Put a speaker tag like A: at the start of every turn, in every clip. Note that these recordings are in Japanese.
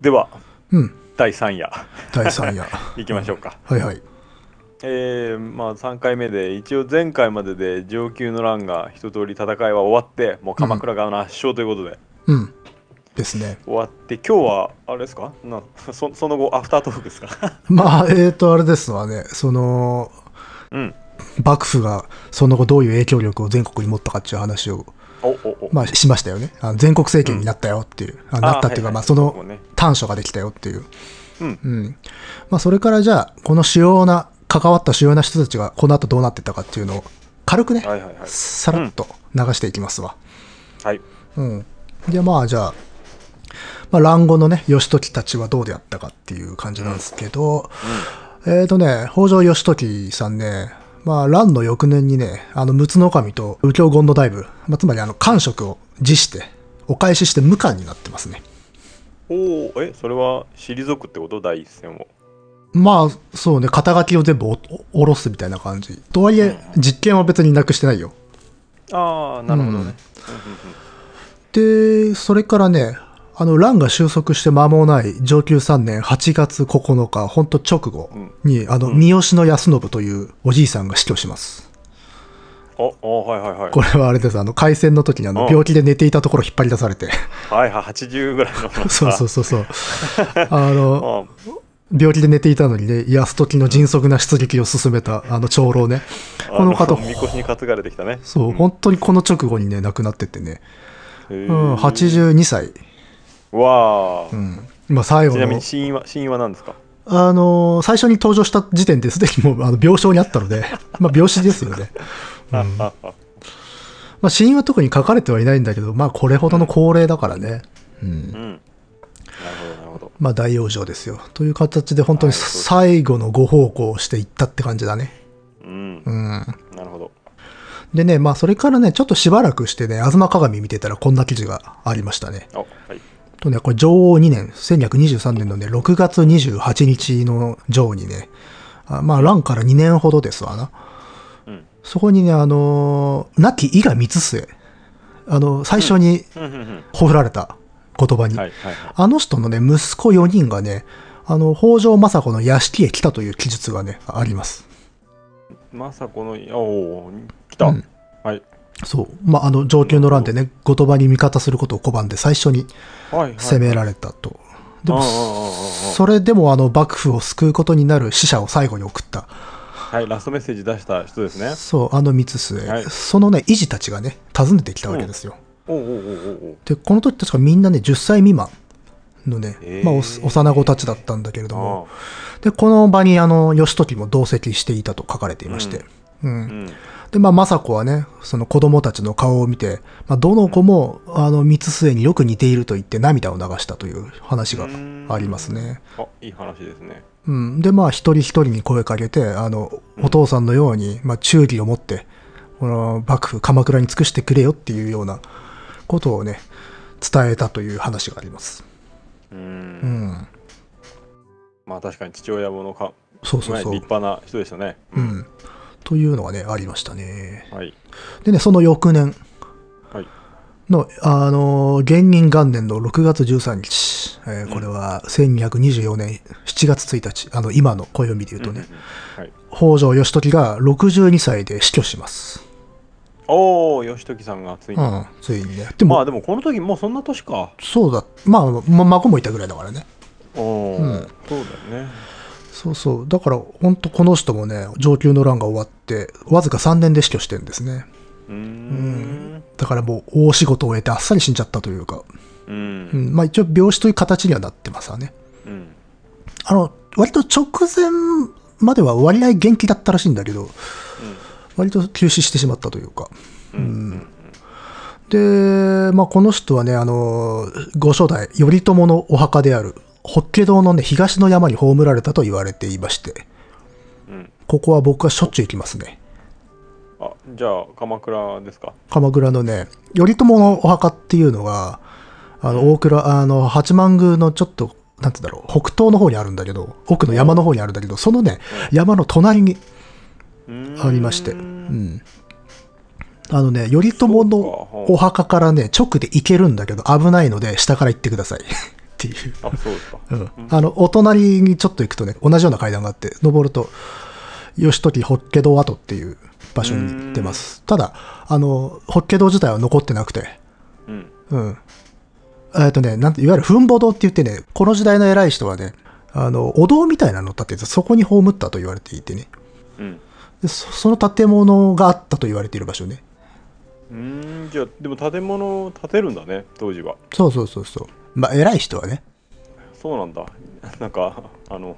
A: では
B: うん
A: 第3夜
B: 第3夜
A: いきましょう か
B: はいはい
A: えー、まあ3回目で一応前回までで上級の乱が一通り戦いは終わってもう鎌倉側の圧勝ということで、
B: うんですね
A: 終わって今日はあれですかなそその後アフタートークです か
B: まあえっ、とあれですわねその
A: うん
B: 幕府がその後どういう影響力を全国に持ったかっていう話を、
A: おおお、
B: まあ、しましたよねあの全国政権になったよっていう、あなったっていうか、
A: あーはいはい
B: まあ、そ
A: そう
B: の
A: ね
B: 短所ができたよっていう、
A: うん
B: まあ、それからじゃあこの主要な関わった主要な人たちがこの後どうなってったかっていうのを軽くね、
A: はいはいはい
B: さらっと流していきますわ、
A: はい
B: うん。で、まあ、じゃあ、まあ、乱後のね、義時たちはどうであったかっていう感じなんですけど、えっ、とね、北条義時さんね、まあ、乱の翌年にね、あの、陸奥の神と右京権の大部、まあ、つまりあの、官職を辞して、お返しして無官になってますね。
A: おおえそれは退くってこと第一線を
B: まあ、そうね、肩書きを全部おお下ろすみたいな感じ。とはいえ、実権は別になくしてないよ。
A: ああなるほどね、
B: で、それからね、あの、乱が収束して間もない上級3年8月9日、ほんと直後に、あの、三好の康信というおじいさんが死去します。
A: おおはいはいはい
B: これはあれです、あの、開戦の時にあ
A: う
B: の
A: ん
B: 病気で寝ていたところ引っ張り出されて、
A: はいはい80ぐらいの
B: そうそううそ うそう。あの、
A: あ
B: 病気で寝ていたのにね、泰時の迅速な出撃を進めた、あの、長老ね。この方、
A: みこしに担がれてきたね
B: そう、
A: ん
B: 本当にこの直後にね、亡くなってってね、
A: へー
B: うん、82歳。
A: わあ、
B: うん。まあ、最後
A: ちなみ
B: の
A: に。死因は死因は何ですか
B: あのー最初に登場した時点です でにもうあの病床にあったので、まあ、病死ですよね。
A: あああ
B: まあ、死因は特に書かれてはいないんだけど、まあ、これほどの高齢だからね。うん
A: うんなるほどなるほど
B: まあ、大往生ですよ。という形で、本当に
A: はいそうです
B: 最後のご奉公をしていったって感じだね。
A: うん
B: うん。
A: なるほど
B: でね、まあ、それからね、ちょっとしばらくしてね、東鏡見てたらこんな記事がありましたね。
A: あはい
B: とね、これ、女王2年、1223年のね、6月28日の女王にね、あまあ、乱から2年ほどですわな。
A: うん
B: そこにね、あのー亡き伊賀光末、あの、最初に
A: うんうんうん
B: ほふられた言葉に、
A: はいはいはい
B: あの人のね、息子4人がね、あの、北条政子の屋敷へ来たという記述がね、あります。
A: 政子のおお来た、
B: うん
A: はい
B: そう。まあ、あの、上級の乱でね、言葉に味方することを拒んで最初に
A: はいはい
B: 攻められたと。でも
A: ああああああ、
B: それでもあの、幕府を救うことになる死者を最後に送った。
A: はいラストメッセージ出した人ですね
B: そう、あの光末。
A: はい
B: そのね、維持たちがね、訪ねてきたわけですよ。
A: おうおうおうおうおう
B: でこの時確かみんなね10歳未満のね、
A: えー
B: まあ、お幼子たちだったんだけれども
A: あ
B: でこの場にあの義時も同席していたと書かれていまして、うん
A: あうん
B: でまあ政子はねその子供たちの顔を見て、まあ、どの子もあの光末によく似ていると言って涙を流したという話がありますね。
A: あいい話ですね
B: うん、でまあ一人一人に声かけてあのお父さんのように、まあ、忠義を持ってこの幕府鎌倉に尽くしてくれよっていうようなことをね伝えたという話があります。
A: うん
B: うん、
A: まあ確かに父親ものか
B: そうそうそう
A: ね立。派な人でしたね
B: うん、というのがねありましたね。
A: はい
B: でねその翌年
A: はい
B: の、あのー元任元年の6月13日、えーこれは1224年7月1日あの今の暦で言うとね、
A: うんうんうんはい
B: 北条義時が62歳で死去します。
A: おお義時さんがついに、
B: うん、ついにね。でも、
A: まあでもこの時もうそんな年か
B: そうだ、まあ、ま孫もいたぐらいだからね。
A: おお、
B: うん
A: そうだよね
B: そうそう、だから、本当この人もね、上級の乱が終わって、わずか3年で死去してるんですね。
A: うーん
B: だからもう、大仕事を終えて、あっさり死んじゃったというか、
A: う
B: うんん、まあ一応、病死という形にはなってますわね。
A: うん
B: あの、割と直前までは割合元気だったらしいんだけど、割と急死してしまったというか。
A: うんうん
B: で、まあ、この人はね、あの、ご初代、頼朝のお墓である、法華堂のね、東の山に葬られたと言われていまして、
A: うん
B: ここは僕はしょっちゅう行きますね。
A: あじゃあ鎌倉ですか
B: 鎌倉のね、頼朝のお墓っていうのが、あの、大倉、あの、八幡宮のちょっと、なんつうんだろう、北東の方にあるんだけど、奥の山の方にあるんだけど、そのね、山の隣に
A: うーん
B: ありまして、うん。あのね、頼朝の
A: そうか
B: お墓からね、直で行けるんだけど、危ないので、下から行ってください。 っていう。
A: あそうですか
B: うん、あのお隣にちょっと行くとね同じような階段があって登ると義時法華堂跡っていう場所に出ますただあの法華堂自体は残ってなくて
A: うん
B: うんえっとねなんていわゆる墳墓堂って言ってねこの時代の偉い人はねあのお堂みたいなの建ててそこに葬ったと言われていてね
A: うん
B: でそその建物があったと言われている場所ね
A: うーんじゃあでも建物を建てるんだね当時は
B: そうそうそうそうまあ偉い人はね
A: そうなんだなんかあの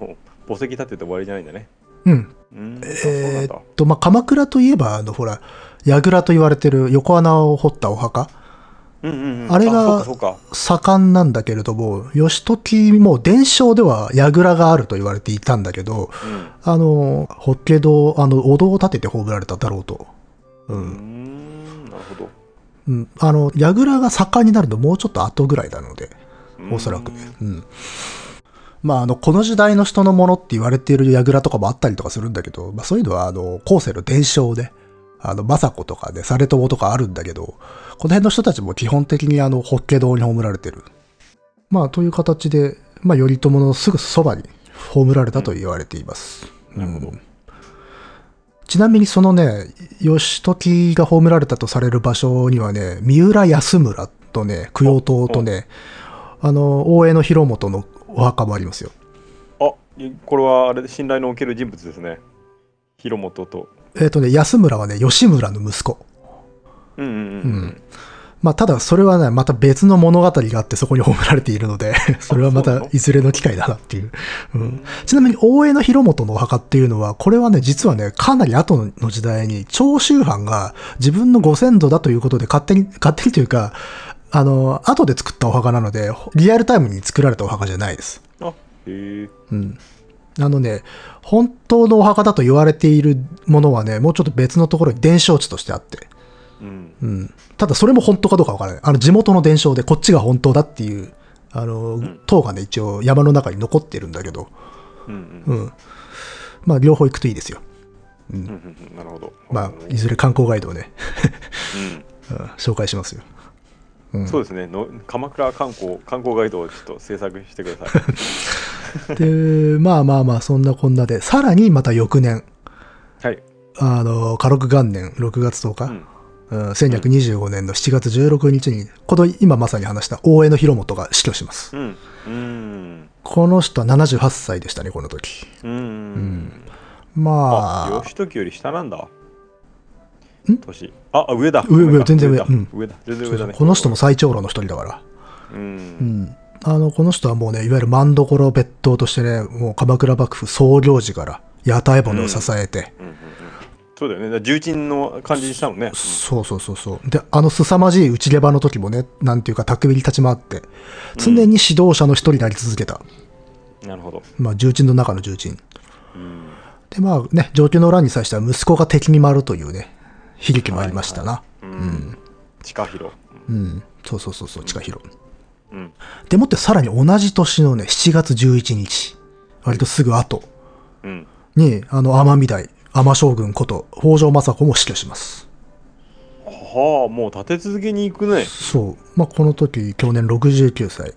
A: 墓石建てて終わりじゃないんだね
B: うん
A: うーんあそうな
B: え
A: ん
B: ー
A: だ
B: っと、まあ、鎌倉といえば、あの、ほら、櫓と言われてる横穴を掘ったお墓、
A: うんうんうん
B: あれが
A: そうか
B: 盛んなんだけれども、義時も伝承では櫓があると言われていたんだけど、
A: そうか
B: あの、法華堂、あの、お堂を建てて葬られただろうと。う。
A: うんんうーんなるほど
B: うん。あの、櫓が盛んになるのもうちょっと後ぐらいなので、おそらくね。うん。まあ、あの、この時代の人のものって言われている櫓とかもあったりとかするんだけど、まあそういうのは、あの、後世の伝承で、あの、政子とかね、実朝とかあるんだけど、この辺の人たちも基本的にあの、法華堂に葬られてる。まあ、という形で、まあ、頼朝のすぐそばに葬られたと言われています。
A: うんなるほど
B: うんちなみにそのね、義時が葬られたとされる場所にはね、三浦安村とね、供養塔とね、あの、大江の広元のお墓もありますよ。
A: あいこれはあれで信頼のおける人物ですね広本と
B: えっ、とね、安村はね、吉村の息子。
A: うんうん
B: う
A: うん
B: んまあ、ただそれはね、また別の物語があってそこに葬られている ので、それはま
A: そう
B: た
A: なの
B: いずれの機会だなっていう。うん、ちなみに大江の広元のお墓っていうのは、これはね、実はね、かなり後の時代に長州藩が自分のご先祖だということで勝手に、勝手にというか、あの、後で作ったお墓なので、リアルタイムに作られたお墓じゃないです。
A: あへえ
B: うん。あのね、本当のお墓だと言われているものはね、もうちょっと別のところに伝承地としてあって。
A: うん
B: うん。ただそれも本当かどうかわからない。あの地元の伝承でこっちが本当だっていう、あの
A: ん、
B: 塔がね、一応山の中に残ってるんだけど、
A: うんう
B: うんん。まあ、両方行くといいですよ。
A: うんうんうんなるほど
B: まあ
A: うん、
B: いずれ観光ガイドをね、うん紹介しますよ。
A: うんそうですねの鎌倉観光観光ガイドをちょっと制作してください
B: で、 まあまあまあ、そんなこんなで、さらにまた翌年、
A: はい
B: あの、嘉禄元年6月10日、
A: うん
B: うん、1225年の7月16日に、この今まさに話した大江の広元が死去します。
A: うんうん
B: この人は78歳でしたね、この時。
A: うんうん
B: ま
A: あ
B: あ、
A: 義時より下なんだ
B: ん
A: 年ああ上だ
B: 上上
A: か
B: 全然上
A: だ
B: うん
A: 上だ全然
B: そう
A: 上
B: そ
A: だ
B: う
A: ね
B: この人も最長老の一人だから。
A: う
B: うんん。あの、この人はもうね、いわゆる万所別当としてね、もう鎌倉幕府創業時から屋台骨を支えて、
A: うんうんうんそうだよねだから重鎮の感じにしたもんね
B: そうそうそうそう。で、あの凄まじい打ちレバの時もね、なんていうか、たくびり立ち回って、常に指導者の一人になり続けた。
A: なるほど
B: まあ、重鎮の中の重鎮。
A: うん
B: で、まあね、上級の乱に際しては息子が敵に回るというね、悲劇もありましたな。
A: うん近広
B: うん。そうそうそうそう、近広。
A: うん
B: でもってさらに同じ年のね、7月11日、割とすぐ後
A: うん
B: に、あの、奄美大、奄将軍こと、北条政子も死去します。
A: はあもう立て続けに行くね
B: そう。まあ、この時、去年69歳。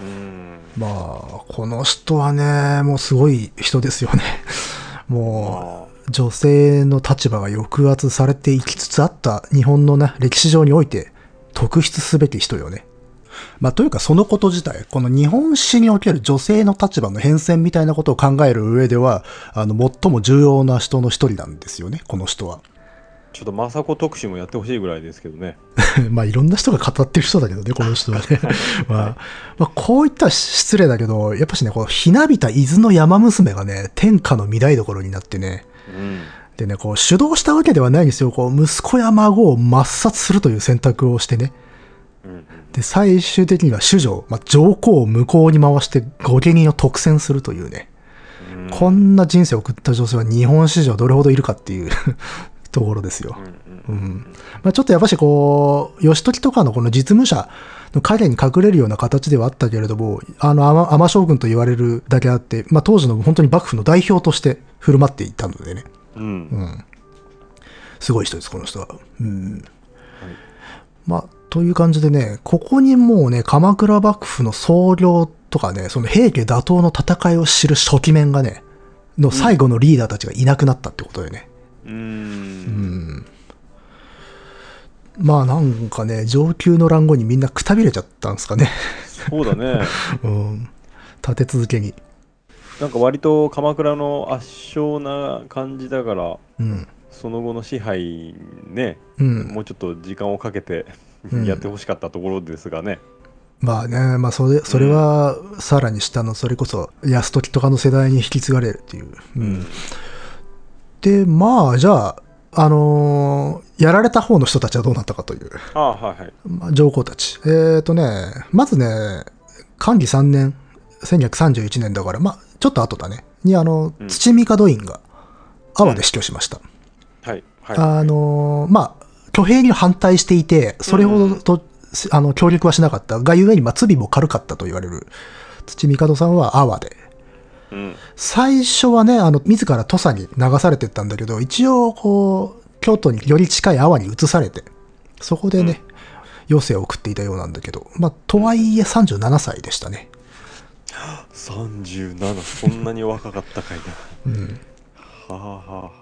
A: うん
B: まあ、この人はね、もうすごい人ですよね。も
A: あ
B: う、女性の立場が抑圧されていきつつあった日本のね、歴史上において、特筆すべき人よね。まあ、というかそのこと自体、この日本史における女性の立場の変遷みたいなことを考える上では、あの、最も重要な人の一人なんですよね、この人は。
A: ちょっと政子特集もやってほしいぐらいですけどね
B: まあ、いろんな人が語ってる人だけどね、この人はね。まあ、まあ、こういったら失礼だけど、やっぱしね、このひなびた伊豆の山娘がね、天下の御台所になってね、
A: うん
B: でね、こう、主導したわけではないんですよ。こう、息子や孫を抹殺するという選択をしてね。
A: うん
B: で、最終的には主女、まあ、上皇を向こうに回して、御家人を独占するというね。
A: うん
B: こんな人生を送った女性は日本史上どれほどいるかっていう ところですよ。
A: うん
B: うんまあ、ちょっとやっぱしこう、義時とかのこの実務者の影に隠れるような形ではあったけれども、あの、天天将軍と言われるだけあって、まあ、当時の本当に幕府の代表として振る舞っていたのでね、
A: うんうん
B: すごい人です、この人は。うん。まあ、という感じでね、ここにもうね、鎌倉幕府の総領とかね、その平家打倒の戦いを知る初期面がね、の最後のリーダーたちがいなくなったってことだよね。
A: う。
B: うんん。まあなんかね、上級の乱後にみんなくたびれちゃったんですかね。
A: そうだね。
B: うん。立て続けに。
A: なんか割と鎌倉の圧勝な感じだから、
B: うん。
A: その後の支配ね、
B: うん。
A: もうちょっと時間をかけて
B: うん
A: やってほしかったところですがね。
B: まあね、まあそれ、それは、さらに下の、それこそ、安時とかの世代に引き継がれるっていう。うん
A: うん
B: で、まあ、じゃあ、あのーやられた方の人たちはどうなったかという、
A: ああはいはい。
B: まあ、上皇たち。えっ、とね、まずね、寛義3年、1231年だから、まあ、ちょっと後だね、に、あの
A: う、ん
B: 土御門院が、阿波で死去しました。
A: はいはい。
B: あのーまあ、挙兵に反対していて、それほどと、あの協力はしなかったがゆえに、まあ、罪も軽かったと言われる土御門さんは阿波で。
A: うん。
B: 最初はね、あの、自ら土佐に流されてったんだけど、一応、こう、京都により近い阿波に移されて、そこでね、余生を送っていたようなんだけど、まあ、とはいえ37歳でしたね。
A: 37、そんなに若かったかいな。うん。はあはあは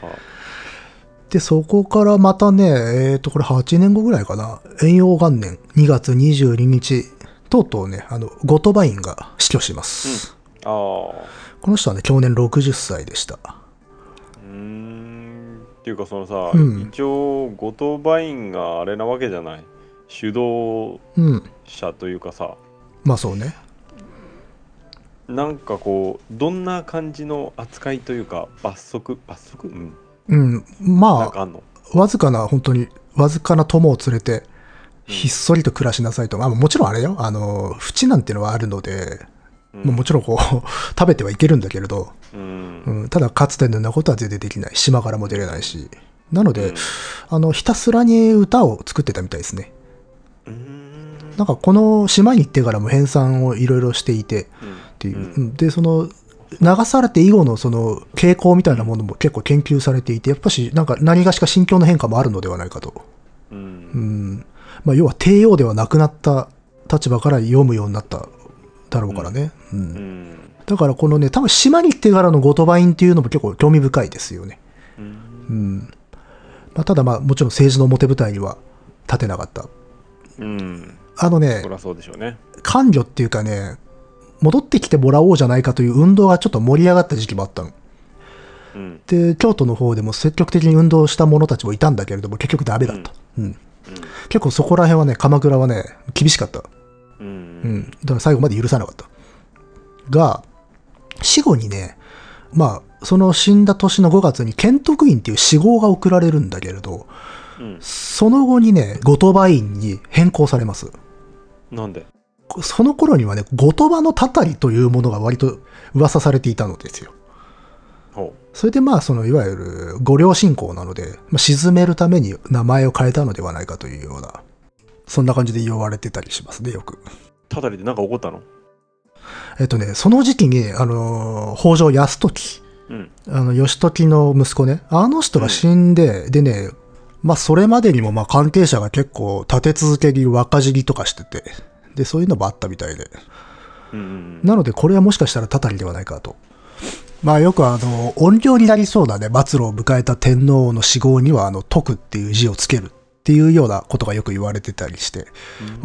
B: で、そこからまたね、えっ、と、これ8年後ぐらいかな、遠洋元年2月22日、とうとうね、あの、後鳥羽院が死去します。
A: あ。ああ。
B: この人はね、去年60歳でした。
A: うーんっていうかそのさ、
B: うん
A: 一応後藤バインがあれなわけじゃない主導
B: うん。
A: 者というかさ
B: まあそうね。
A: なんかこうどんな感じの扱いというか罰則罰則うん
B: うん。
A: なん
B: ま
A: か
B: あ、
A: あんの
B: わずかな、本当に、わずかな友を連れて、ひっそりと暮らしなさいと。まあ、もちろんあれよ。あの、縁なんてのはあるので、
A: う
B: もうもちろんこう、 食べてはいけるんだけれど、
A: うん
B: うん、ただかつてのようなことは全然できない。島からも出れないし。なので、
A: うん
B: あの、ひたすらに歌を作ってたみたいですね。
A: うーん
B: なんかこの島に行ってからも編纂をいろいろしていてっ
A: うん
B: ていう。
A: う
B: うんで、その、流されて以後のその傾向みたいなものも結構研究されていて、やっぱしなんか何がしか心境の変化もあるのではないかと。
A: う
B: うんん。まあ要は帝王ではなくなった立場から読むようになっただろうからね。う。
A: うんん
B: だからこのね、多分島に行ってからの後鳥羽院っていうのも結構興味深いですよね。
A: うん
B: うんまあ、ただまあもちろん政治の表舞台には立てなかった
A: うん
B: あのね
A: そりゃそうでしょうね
B: 官僚っていうかね戻ってきてもらおうじゃないかという運動がちょっと盛り上がった時期もあったの
A: うん
B: で京都の方でも積極的に運動した者たちもいたんだけれども結局ダメだった、うん結構そこら辺はね鎌倉はね厳しかった、
A: うんう
B: うんん、だから最後まで許さなかったが死後にねまあその死んだ年の5月に遣徳院っていう死号が送られるんだけれど、
A: うん
B: その後にね、後鳥羽院に変更されます。
A: なんで
B: その頃にはね、後鳥羽のたたりというものが割と噂されていたのですよ。
A: ほ
B: それでまあ、そのいわゆる御領信仰なので、まあ、沈めるために名前を変えたのではないかというような、そんな感じで言われてたりしますね、よく。
A: うたたりでなんか起こったの
B: えっとね、その時期に、あのー北条泰時、
A: うん
B: あの、義時の息子ね、あの人が死んで、でね、まあ、それまでにも、まあ、関係者が結構立て続けに若尻とかしてて、で、そういうのもあったみたいで。
A: うんうん
B: なので、これはもしかしたらたたりではないかと。まあ、よくあの、怨霊になりそうなね、末路を迎えた天皇の死号には、あの、徳っていう字をつけるっていうようなことがよく言われてたりして、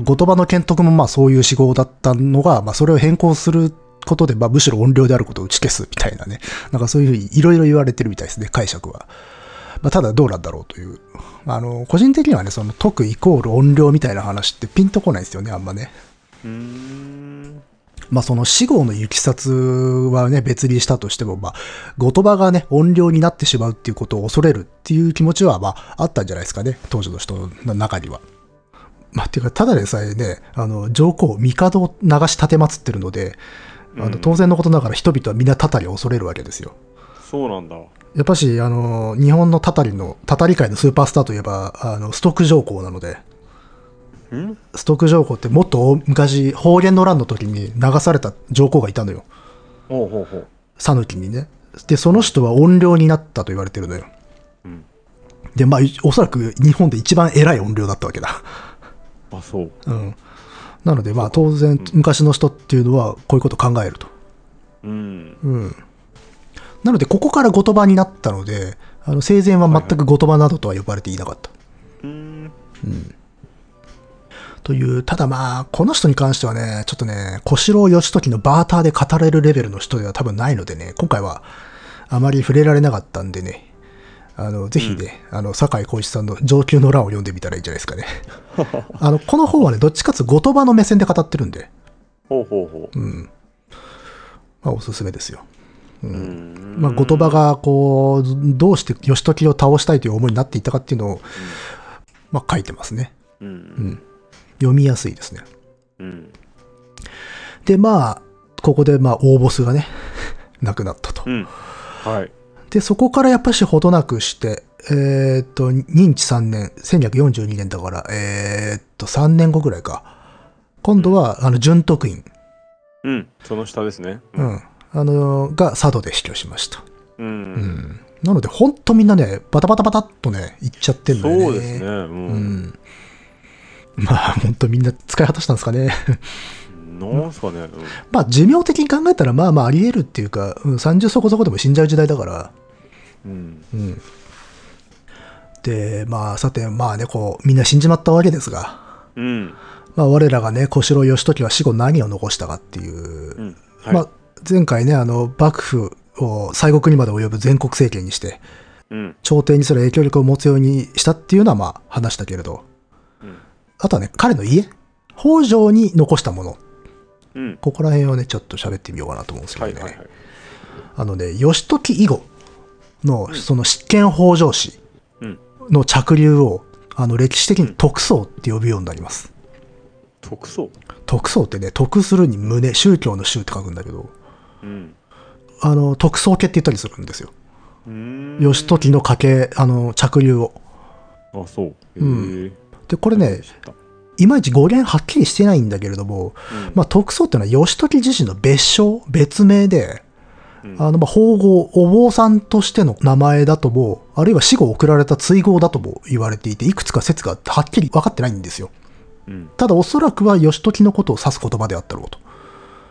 B: 後鳥羽の建徳もまあ、そういう死号だったのが、まあ、それを変更することで、まあ、むしろ怨霊であることを打ち消すみたいなね、なんかそういうふうにいろいろ言われてるみたいですね、解釈は。まあ、ただどうなんだろうという。まああの、個人的にはね、その、徳イコール怨霊みたいな話ってピンとこないですよね、あんまね。
A: うん
B: まあその死後の行きさつはね、別にしたとしても、まあ、後鳥羽がね、怨霊になってしまうっていうことを恐れるっていう気持ちは、まあ、あったんじゃないですかね、当時の人の中には。まあ、っていうか、ただでさえね、あの、上皇、帝を流し立てまつってるので、あ
A: う
B: の
A: ん
B: 当然のことながら人々はみんなたたりを恐れるわけですよ。
A: そうなんだ
B: やっぱし、あの、日本のたたりの、たたり界のスーパースターといえば、あの、ストック上皇なので、
A: うん
B: ストック上皇ってもっと昔、方言の乱の時に流された上皇がいたのよ。
A: ほうほうほう
B: 讃岐にね。で、その人は怨霊になったと言われてるのよ。
A: うん
B: で、まあ、おそらく日本で一番偉い怨霊だったわけだ。
C: あ、そう。
B: うん、なのでまあ当然昔の人っていうのはこういうことを考えると、
A: うん。
B: うん、なのでここから後鳥羽になったのであの生前は全く後鳥羽などとは呼ばれていなかった、
A: うん。
B: というただまあこの人に関してはねちょっとね小四郎義時のバーターで語れるレベルの人では多分ないのでね今回はあまり触れられなかったんでねあのぜひね、あの酒井浩一さんの「上級の欄」を読んでみたらいいんじゃないですかねあのこの本はねどっちかっていうと後鳥羽の目線で語ってるんで、
A: ほうほうほう。
B: まあ、おすすめですよ
A: うん。
B: まあ、後鳥羽がこうどうして義時を倒したいという思いになっていたかっていうのを、まあ、書いてますね
A: うん。
B: 読みやすいですね
A: うん。
B: でまあここでまあ大ボスがね 亡くなったと
A: うん。はい。
B: でそこからやっぱしほどなくしてえーっと認知3年1242年だからえーっと3年後ぐらいか今度はあの準徳院、
A: うん。その下ですね。
B: う。ん、あのが佐渡で死去しました
A: う。
B: うんんなので本当みんなねバタバタバタっとね行っちゃってんだよね
A: そうですね。うん。
B: うんまあ、本当みんな使い果たしたんですかね。
A: なんすかね。うん
B: まあ、寿命的に考えたら、まあまああり得るっていうか、うん、30そこそこでも死んじゃう時代だから。
A: うん。
B: うん。で、まあ、さて、まあね、こう、みんな死んじまったわけですが、
A: うん。
B: まあ、我らがね、小四郎義時は死後何を残したかっていうう。
A: ん。は
B: まあ、前回ね、あの、幕府を西国にまで及ぶ全国政権にして、
A: い。うん。
B: 朝廷にすら影響力を持つようにしたっていうのは、まあ、話したけれど。
A: うん
B: あとはね、彼の家、北条に残したもの
A: うん。
B: ここら辺をね、ちょっと喋ってみようかなと思うんですけど
A: はい
B: ね。
A: はいはい。
B: あのね、義時以後の、その執権北条氏
A: うん。
B: の着流を、あの、歴史的に特捜って呼ぶようになります。
A: 特捜。
B: 特捜ってね、得するに胸、宗教の宗って書くんだけど、
A: うん。
B: あの、特捜家って言ったりするんですよ。
A: うん。
B: 義時の家系、あの、着流を。
C: あ、そう。
B: うん
A: へえ。
B: で、これね
A: 知、った
B: いまいち語源はっきりしてないんだけれども、まあ、特捜ってのは義時自身の別称、別名で、
A: うん
B: あの、まあ、法号、お坊さんとしての名前だとも、あるいは死後送られた追号だとも言われていて、いくつか説があってはっきり分かってないんですよ。
A: うん。
B: ただ、おそらくは義時のことを指す言葉であったろうと。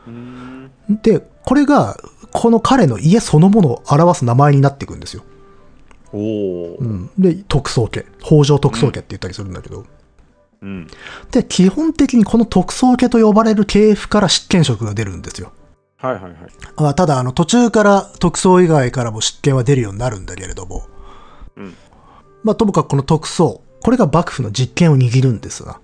A: うん。
B: で、これが、この彼の家そのものを表す名前になっていくんですよ。
A: おお
B: う。ん、で、特捜家、北条特捜家って言ったりするんだけど。
A: うん。
B: で、基本的にこの特捜家と呼ばれる系譜から執権職が出るんですよ。
A: はいはいはい。
B: あただ、あの、途中から特捜以外からも執権は出るようになるんだけれども、
A: うん。
B: まあ、ともかくこの特捜、これが幕府の実権を握るんですな。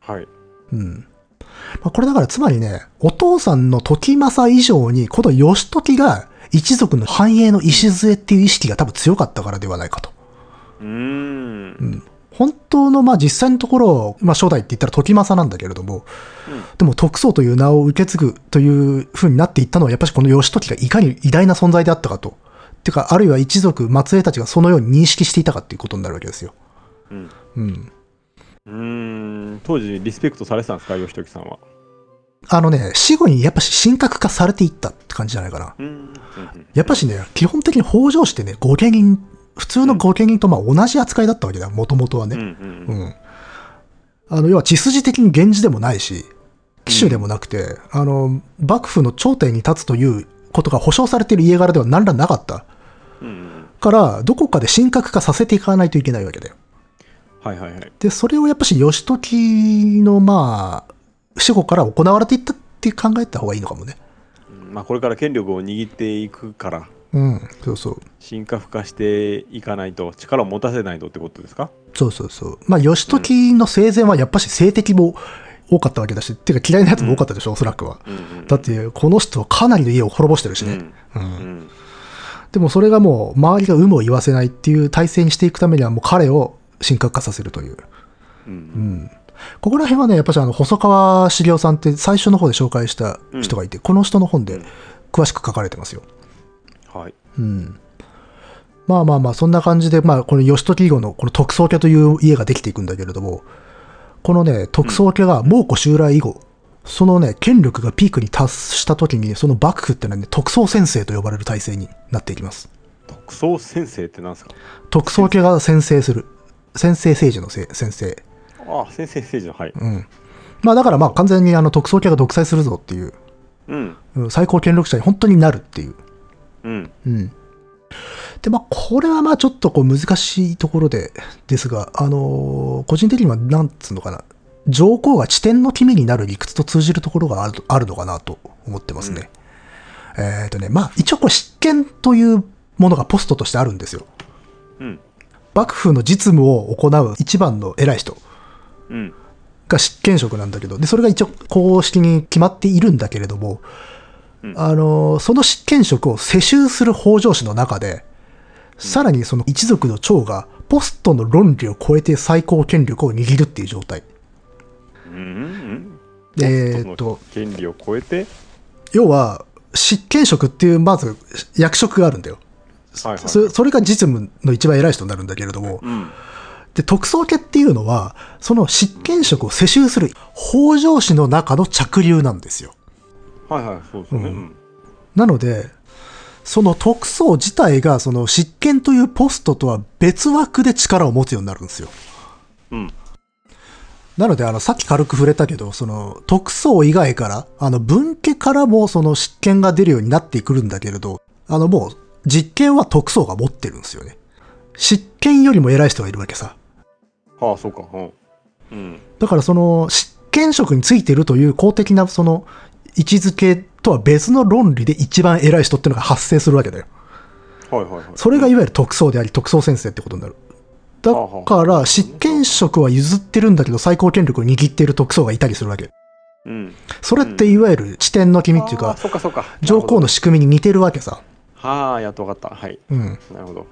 A: はい。
B: うん。まあ、これだからつまりね、お父さんの時政以上に、この義時が一族の繁栄の礎っていう意識が多分強かったからではないかと。
A: うーん。うん。
B: 本当の、まあ実際のところ、まあ初代って言ったら時政なんだけれども、でも特捜という名を受け継ぐという風になっていったのは、やっぱりこの義時がいかに偉大な存在であったかと。てか、あるいは一族、末裔たちがそのように認識していたかっていうことになるわけですよ。
A: うん。
B: うん。
A: うーん当時リスペクトされてたんですか義時さんは
B: あのね、死後にやっぱし神格化されていったって感じじゃないかな。
A: うん
B: やっぱしね、基本的に北条氏ってね、御家人、普通の御家人とまあ同じ扱いだったわけだ、もともとは
A: うんう
B: ね。うんん。あの、要は血筋的に源氏でもないし、騎手でもなくて、あの、幕府の頂点に立つということが保証されている家柄では何らなかった。
A: うんうん
B: から、どこかで神格化させていかないといけないわけだよ。
A: はいはいはい
B: で、それをやっぱし義時の、まあ、死後から行われていったって考えた方がいいのかもね。
A: まあこれから権力を握っていくから
B: うん、そうそう。
A: 進化化していかないと力を持たせないとってことですか
B: そうそうそう。まあ、義時の生前はやっぱし性的も多かったわけだし、っていうか嫌いなやつも多かったでしょ、おそらくは。
A: うんうん
B: だって、この人はかなりの家を滅ぼしてるしね。
A: う
B: うん
A: ん
B: でもそれがもう、周りが有無を言わせないっていう体制にしていくためには、もう彼を神格化させるという。
A: う
B: うんん。ここら辺はね、やっぱしあの、細川茂雄さんって最初の方で紹介した人がいて、この人の本で詳しく書かれてますよ。
A: はい
B: うん。まあまあまあ、そんな感じで、まあ、この義時以後のこの特捜家という家ができていくんだけれども、このね、特捜家が蒙古襲来以後、そのね、権力がピークに達した時に、その幕府ってのはね、特捜先生と呼ばれる体制になっていきます。
A: 特捜先生ってなんですか
B: 特捜家が先制する。先制政治のせい先制。
A: ああ先生政治のはい
B: うん。まあだからまあ完全にあの特捜系が独裁するぞっていう、
A: うん
B: うん最高権力者に本当になるっていう。
A: うん
B: うん。で、まあこれはまあちょっとこう難しいところで、ですが、あのー個人的にはなんつうのかな、上皇が地点の君になる理屈と通じるところがあるあるのかなと思ってますね。えっ、とね、まあ一応これ執権というものがポストとしてあるんですよ。
A: うん
B: 幕府の実務を行う一番の偉い人。
A: うん
B: が執権職なんだけど、で、それが一応公式に決まっているんだけれども、
A: うん
B: あの、その執権職を世襲する北条氏の中で、さらにその一族の長がポストの論理を超えて最高権力を握るっていう状態。
A: うんうん
B: えーっと、
A: 権利を超えて
B: 要は、執権職っていう、まず役職があるんだよ。
A: はいはい
B: そそれが実務の一番偉い人になるんだけれども、
A: うん
B: で、特捜家っていうのは、その執権職を世襲する北条氏の中の着流なんですよ。
A: はいはいそうですね
B: うん
A: うん
B: なので、その特捜自体が、その執権というポストとは別枠で力を持つようになるんですよ。
A: うん
B: なので、あの、さっき軽く触れたけど、その、特捜以外から、あの、分家からも、その、執権が出るようになってくるんだけれど、あの、もう、実権は特捜が持ってるんですよね。執権よりも偉い人がいるわけさ。
A: はあそうかうんうん
B: だから、その、執権職についてるという公的な、その、位置づけとは別の論理で一番偉い人っていうのが発生するわけだよ。
A: はいはいはい
B: それがいわゆる特捜であり、特捜先生ってことになる。だから、執権職は譲ってるんだけど、最高権力を握っている特捜がいたりするわけ。
A: うん
B: それっていわゆる地点の君っていう
A: あー
B: か、
A: そうかそうか
B: 上皇の仕組みに似てるわけさ。
A: はあやっとわかったはい
B: うん。
A: なるほど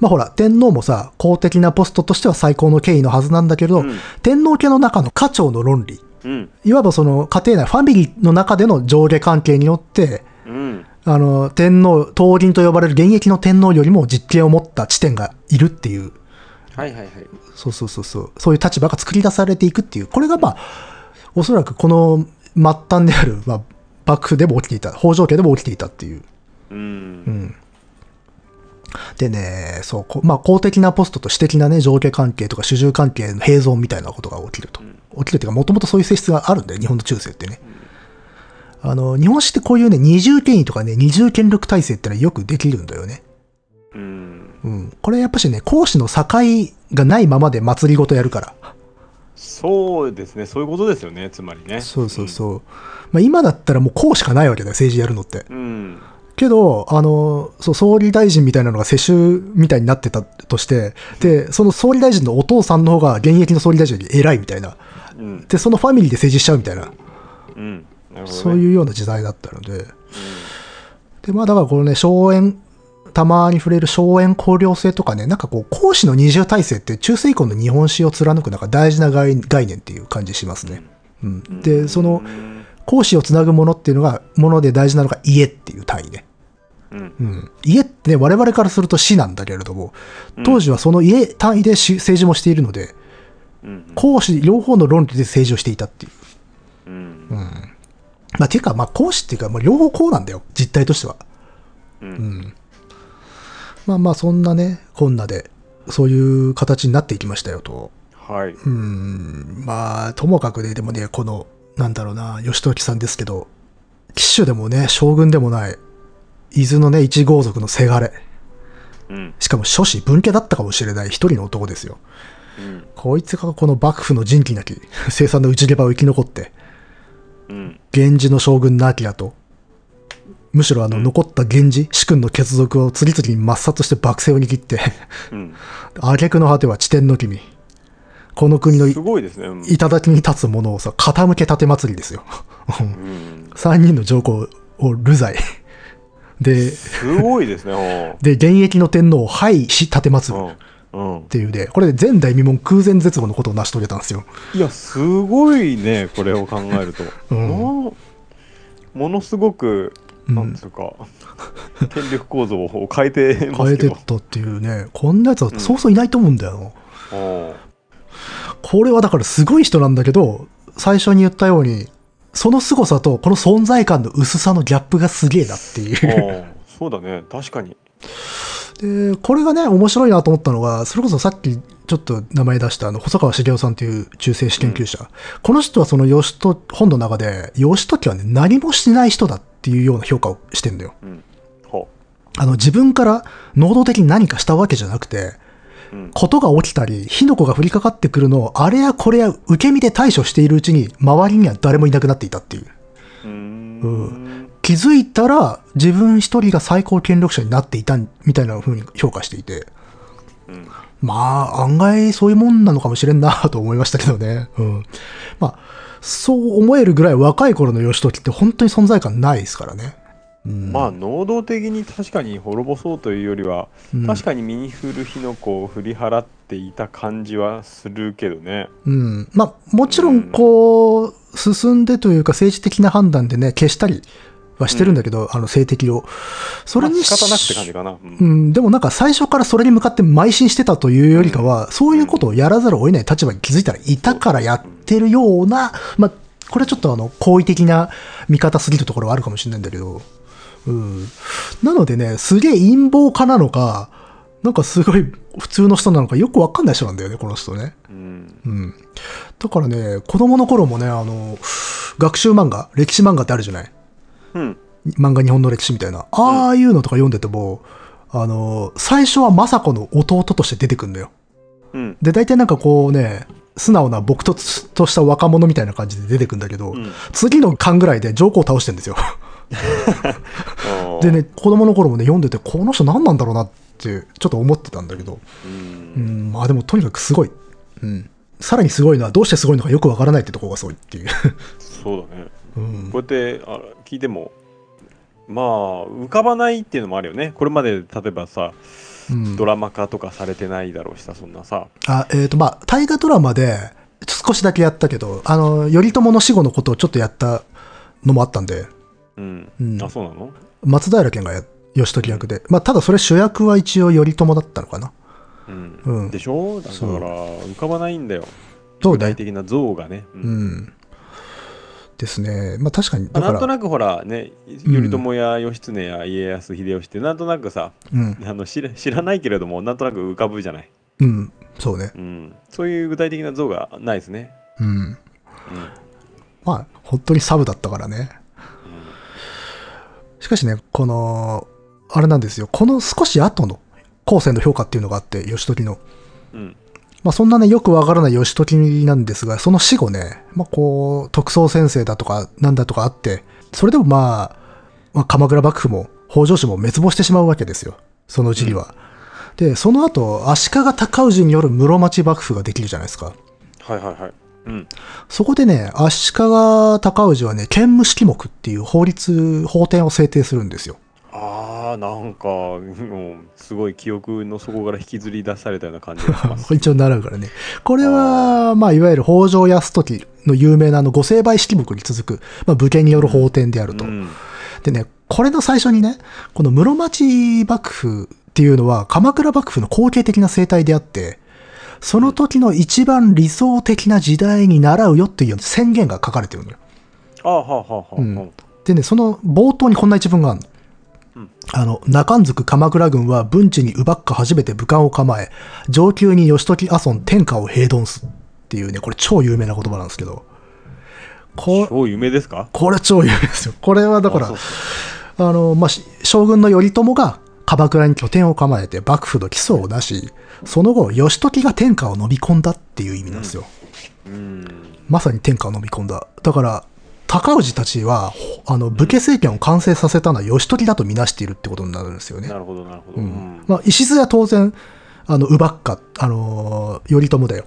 B: まあほら、天皇もさ、公的なポストとしては最高の権威のはずなんだけど、
A: うん
B: 天皇家の中の家長の論理、
A: うん
B: いわばその家庭内、ファミリーの中での上下関係によって、
A: うん
B: あの、天皇、東銀と呼ばれる現役の天皇よりも実権を持った地点がいるっていう
A: はいはいはい
B: そうそうそうそう。そういう立場が作り出されていくっていう。これがまあ、おそらくこの末端である、まあ、幕府でも起きていた、北条家でも起きていたっていう。
A: う
B: うんん。でね、そう、こまあ、公的なポストと私的なね、上下関係とか主従関係の併存みたいなことが起きると。起きるっていうか、もともとそういう性質があるんだよ、日本の中世ってね。あの、日本史ってこういうね、二重権威とかね、二重権力体制ってのはよくできるんだよね。
A: うん
B: うん。これやっぱしね、講師の境がないままで祭りごとやるから。
A: そうですねそういうことですよねつまりね
B: そうそうそう。まあ今だったらもうこうしかないわけだよ、政治やるのって。
A: うん
B: けど、あの、そう、総理大臣みたいなのが世襲みたいになってたとして、で、その総理大臣のお父さんの方が現役の総理大臣より偉いみたいな。
A: うん
B: で、そのファミリーで政治しちゃうみたいな。
A: うんなるほどね
B: そういうような時代だったので。で、まあだからこのね、荘園、たまに触れる荘園公領制とかね、なんかこう、公私の二重体制って中世以降の日本史を貫くなんか大事な概概念っていう感じしますね。うん、で、その
A: うん
B: 公私をつなぐものっていうのが、もので大事なのが家っていう単位ね。
A: うん
B: うん、家ってね、我々からすると死なんだけれども、当時はその家単位でし政治もしているので、
A: うん
B: 公私両方の論理で政治をしていたってい
A: う
B: う。
A: ん
B: まあ、ていうか、まあ、公私っていうか、もう両方こうなんだよ、実態としては。
A: うん
B: まあまあ、そんなね、こんなで、そういう形になっていきましたよと。
A: はい
B: うん、まあ、ともかくね、でもね、この、なんだろうな、義時さんですけど、騎手でもね、将軍でもない、伊豆のね、一豪族のせがれ。
A: うん
B: しかも諸子分家だったかもしれない一人の男ですよ。
A: うん
B: こいつがこの幕府の人気なき、生産の内れ場を生き残って、
A: うん
B: 源氏の将軍なきだと、むしろあの、残った源氏、主君の血族を次々に抹殺して幕政を握って、
A: うん
B: 挙句の果ては地点の君。この国のい
A: すごいですねうん
B: 頂に立つ者をさ、傾け立て祭りですよ。
A: うん
B: 三人の上皇を流罪。で、
A: すごいですねほ
B: で、現役の天皇を廃し立て祭る。っ
A: ううんうん
B: ていうね、これで前代未聞空前絶後のことを成し遂げたんですよ。
A: いやすごいねこれを考えると、
B: うん
A: もうものすごく
B: うん
A: なんつうか、権力構造を変えてま
B: 変え
A: すけ
B: てっ
A: ど
B: たっていうね、こんなやつはそうそういないと思うんだよ。
A: おう
B: これはだからすごい人なんだけど、最初に言ったように、その凄さとこの存在感の薄さのギャップがすげえなっていう。
A: おうそうだね確かに
B: で、これがね、面白いなと思ったのが、それこそさっきちょっと名前出した、あの、細川茂雄さんという中世史研究者。この人はその義と、本の中で、義時はね、何もしない人だっていうような評価をしてんだよ。
A: うん。ほ
B: あの、自分から能動的に何かしたわけじゃなくて、
A: う。うん。
B: ことが起きたり、火の粉が降りかかってくるのを、あれやこれや受け身で対処しているうちに、周りには誰もいなくなっていたっていう。
A: うーん。
B: 気づいたら、自分一人が最高権力者になっていたみたいな風に評価していて、
A: うん。
B: まあ、案外そういうもんなのかもしれんなと思いましたけどね。うん。まあ、そう思えるぐらい若い頃の義時って本当に存在感ないですからね。うん。
A: まあ能動的に確かに滅ぼそうというよりは、
B: うん
A: 確かに身に降る火の粉を振り払っていた感じはするけどね。
B: うん、まあもちろんこう進んでというか政治的な判断でね消したりはしてるんだけど、あの性的をそれ
A: ま
B: に
A: あ、仕方なくって感じかな。うん
B: うん、でもなんか最初からそれに向かって邁進してたというよりかは、そういうことをやらざるを得ない立場に気づいたらいたからやってるような、まあ、これはちょっとあの好意的な見方すぎるところはあるかもしれないんだけど、うん、なのでねすげえ陰謀家なのかなんかすごい普通の人なのかよくわかんない人なんだよねこの人ね。
A: うん
B: うん。だからね、子供の頃もね、あの、学習漫画、歴史漫画ってあるじゃない
A: うん
B: 漫画日本の歴史みたいな。ああいうのとか読んでても、あの、最初は政子の弟として出てくるんだよ。
A: うん
B: で、大体なんかこうね、素直な僕とつとした若者みたいな感じで出てくんだけど、
A: うん
B: 次の巻ぐらいで上皇を倒してんですよ。でね、子供の頃もね、読んでて、この人何なんだろうなって、ちょっと思ってたんだけど、
A: う
B: うんん、まあでもとにかくすごい。うん。さらにすごいのは、どうしてすごいのかよくわからないってところがすごいっていう。
A: そうだね。
B: うん
A: こうやってあ聞いてもまあ浮かばないっていうのもあるよね。これまで例えばさ
B: うん
A: ドラマ化とかされてないだろうしさそんなさ。
B: あ、えっ、と、まあ、大河ドラマで、少しだけやったけど、あの、頼朝の死後のことをちょっとやったのもあったんで、
A: うん
B: うん
A: あそうなの
B: 松平健がや義時役で、まあ、ただそれ主役は一応頼朝だったのかな。
A: うん
B: うん
A: でしょだか
B: そう
A: ら浮かばないんだよ。
B: そう
A: 具体的な像がね。うん
B: うん。ですね。まあ、確かに、
A: ま
B: だ
A: あ
B: か
A: なんと
B: ら、
A: なくほらね頼朝や義経や家康秀吉ってなんとなくさ
B: うん、
A: あの知ら知らないけれどもなんとなく浮かぶじゃない、
B: うん、そうね。
A: うん、そういう具体的な像がないですね、
B: うん。
A: うん
B: まあ、本当にサブだったからね。しかしね、この、あれなんですよ。この少し後の後世の評価っていうのがあって、義時の。
A: うんうん
B: まあ、そんなね、よくわからない義時なんですが、その死後ね、まあ、こう、特捜先生だとか、なんだとかあって、それでもまあ、まあ、鎌倉幕府も北条氏も滅亡してしまうわけですよ。そのうちには。で、その後、足利尊氏による室町幕府ができるじゃないですか。
A: はいはいはい、うん、
B: そこでね、足利尊氏はね、兼務式目っていう法律、法典を制定するんですよ。
A: あーなんかもうすごい記憶の底から引きずり出されたような感じがします
B: 一応習うからね。これは、まあ、いわゆる北条泰時の有名なあの、御成敗式目に続く、まあ、武家による法典であると。
A: うん
B: でね、これの最初にね、この室町幕府っていうのは鎌倉幕府の後継的な生態であって、その時の一番理想的な時代に習うよっていう宣言が書かれてるのよ。
A: あーはあはあはあ、
B: うん
A: うん
B: でね、その冒頭にこんな一文があるの。
A: うん
B: あの、中んずく鎌倉軍は文治に奪っか初めて武漢を構え、上級に義時阿孫天下を平丼すっていうね、これ超有名な言葉なんですけど、こ
A: 超有名ですか
B: これ超有名ですよ。これはだから
A: あそう、そ
B: あの、まあ、し将軍の頼朝が鎌倉に拠点を構えて幕府の基礎を出し、その後、義時が天下を飲み込んだっていう意味なんですよ。
A: ううん
B: まさに天下を飲み込んだ。だから、高氏たちは、ほあの、武家政権を完成させたのは義時だとみなしているってことになるんですよね
A: な。るほどなるほど、
B: う
A: うん
B: ん。まあ、礎は当然、あの、奪っか、あのー頼朝だよ。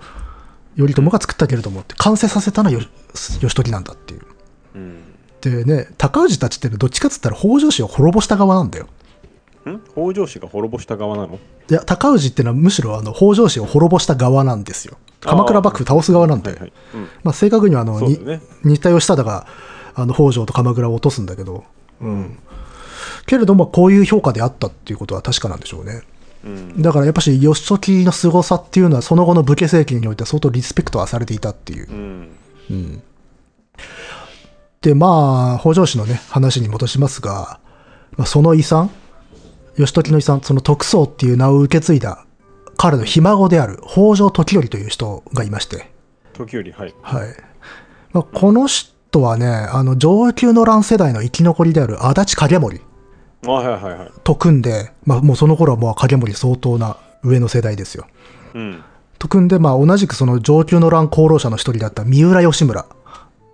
B: 頼朝が作ったけれどもって、完成させたのは義義時なんだっていう。
A: うん
B: でね、高氏たちってねどっちかっつったら北条氏を滅ぼした側なんだよ。
A: ん北条氏が滅ぼした側なの
B: いや、高氏ってのはむしろあの北条氏を滅ぼした側なんですよ。鎌倉幕府倒す側なんで、
A: はいはい、うん
B: まあ、正確にはあの、
A: そうだよね
B: に似た義忠があの北条と鎌倉を落とすんだけど、けれどもこういう評価であったっていうことは確かなんでしょうね。
A: うん
B: だからやっぱし義時の凄さっていうのはその後の武家政権においては相当リスペクトはされていたっていう
A: う。ん
B: うんでまあ北条氏のね話に戻しますが、まあ、その遺産義時の遺産、その徳宗っていう名を受け継いだ彼のひ孫である北条時頼という人がいまして、
A: 時よりはい
B: はい。まあ、この人はね、あの、上級の乱世代の生き残りである足立影盛
A: あはいはいはい
B: と組んで、まあ、もうその頃はもう影盛相当な上の世代ですよ。
A: うん
B: と組んで、まあ、同じくその上級の乱功労者の一人だった三浦義村、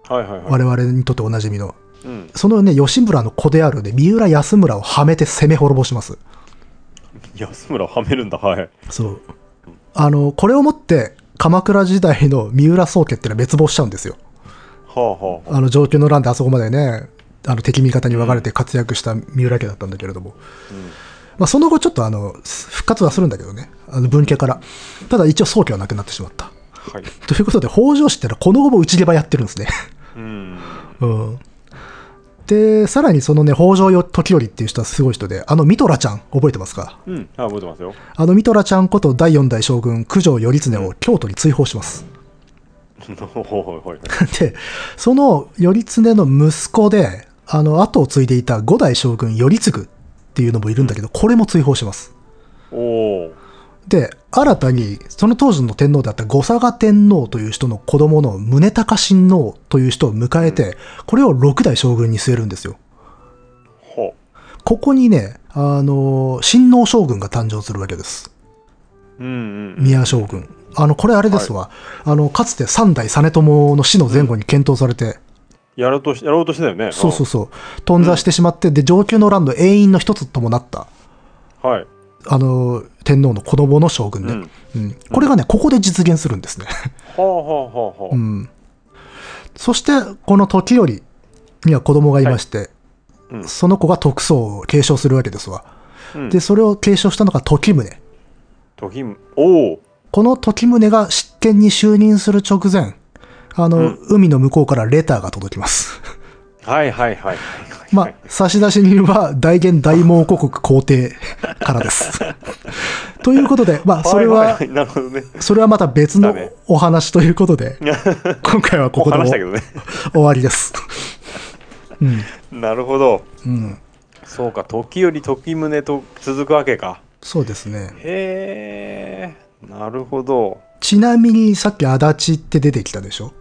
A: はいはいはい
B: 我々にとっておなじみの。
A: うん
B: そのね、義村の子であるね、三浦安村をはめて攻め滅ぼします。
A: 安村をはめるんだはい
B: そう。あの、これをもって、鎌倉時代の三浦宗家ってのは滅亡しちゃうんですよ。
A: はあはあ
B: あの上級の乱であそこまでね、あの敵味方に分かれて活躍した三浦家だったんだけれども、まあ、その後ちょっとあの復活はするんだけどね、あの分家から。ただ一応宗家はなくなってしまった。
A: はい
B: ということで、北条氏ってのはこの後も内毛場やってるんですね。
A: うん
B: うん。で、さらにそのね、北条よ時頼っていう人はすごい人で、あのミトラちゃん、覚えてますか
A: うんあ覚えてますよ
B: あのミトラちゃんこと第4代将軍、九条頼経を京都に追放します。
A: ほほほほい
B: で、その頼経の息子で、あの、後を継いでいた五代将軍頼次っていうのもいるんだけど、これも追放します。
A: おお
B: で、新たに、その当時の天皇であった後嵯峨天皇という人の子供の宗隆親王という人を迎えて、これを六代将軍に据えるんですよ。
A: ほ
B: ここにね、あの、親王将軍が誕生するわけです。
A: ううんうん
B: 宮将軍。あの、これあれですわ。あの、かつて三代実朝の死の前後に検討されて、
A: やろうとしやろうとしてたよね
B: そうそうそう、頓挫してしまって、で上級の乱の永遠の一つともなった、
A: うんはい
B: あの天皇の子供の将軍ね、
A: うん
B: うんこれがね、ここで実現するんですね。
A: はあはあはあはあ
B: うん、そして、この時頼には子供がいまして、
A: うん
B: その子が徳宗を継承するわけですわ。
A: うん
B: で、それを継承したのが時宗。
A: 時おお
B: この時宗が執権に就任する直前、あの、
A: うん
B: 海の向こうからレターが届きます。
A: はいはいはいはいはい
B: まあ、差出人は大元大蒙古国皇帝から です。ということで、まあ、それ
A: い
B: は
A: はい、いなるほどね
B: それはまた別の
A: だね
B: お話というこ とで、今回はこ
A: もう
B: こで
A: 話したけ
B: 終
A: どね
B: わりです。うん、
A: なるほど
B: うん、
A: そうか時より時宗と続くわけか
B: そうですね。
A: へえなるほど
B: ちなみに、さっき足立って出てきたでしょ、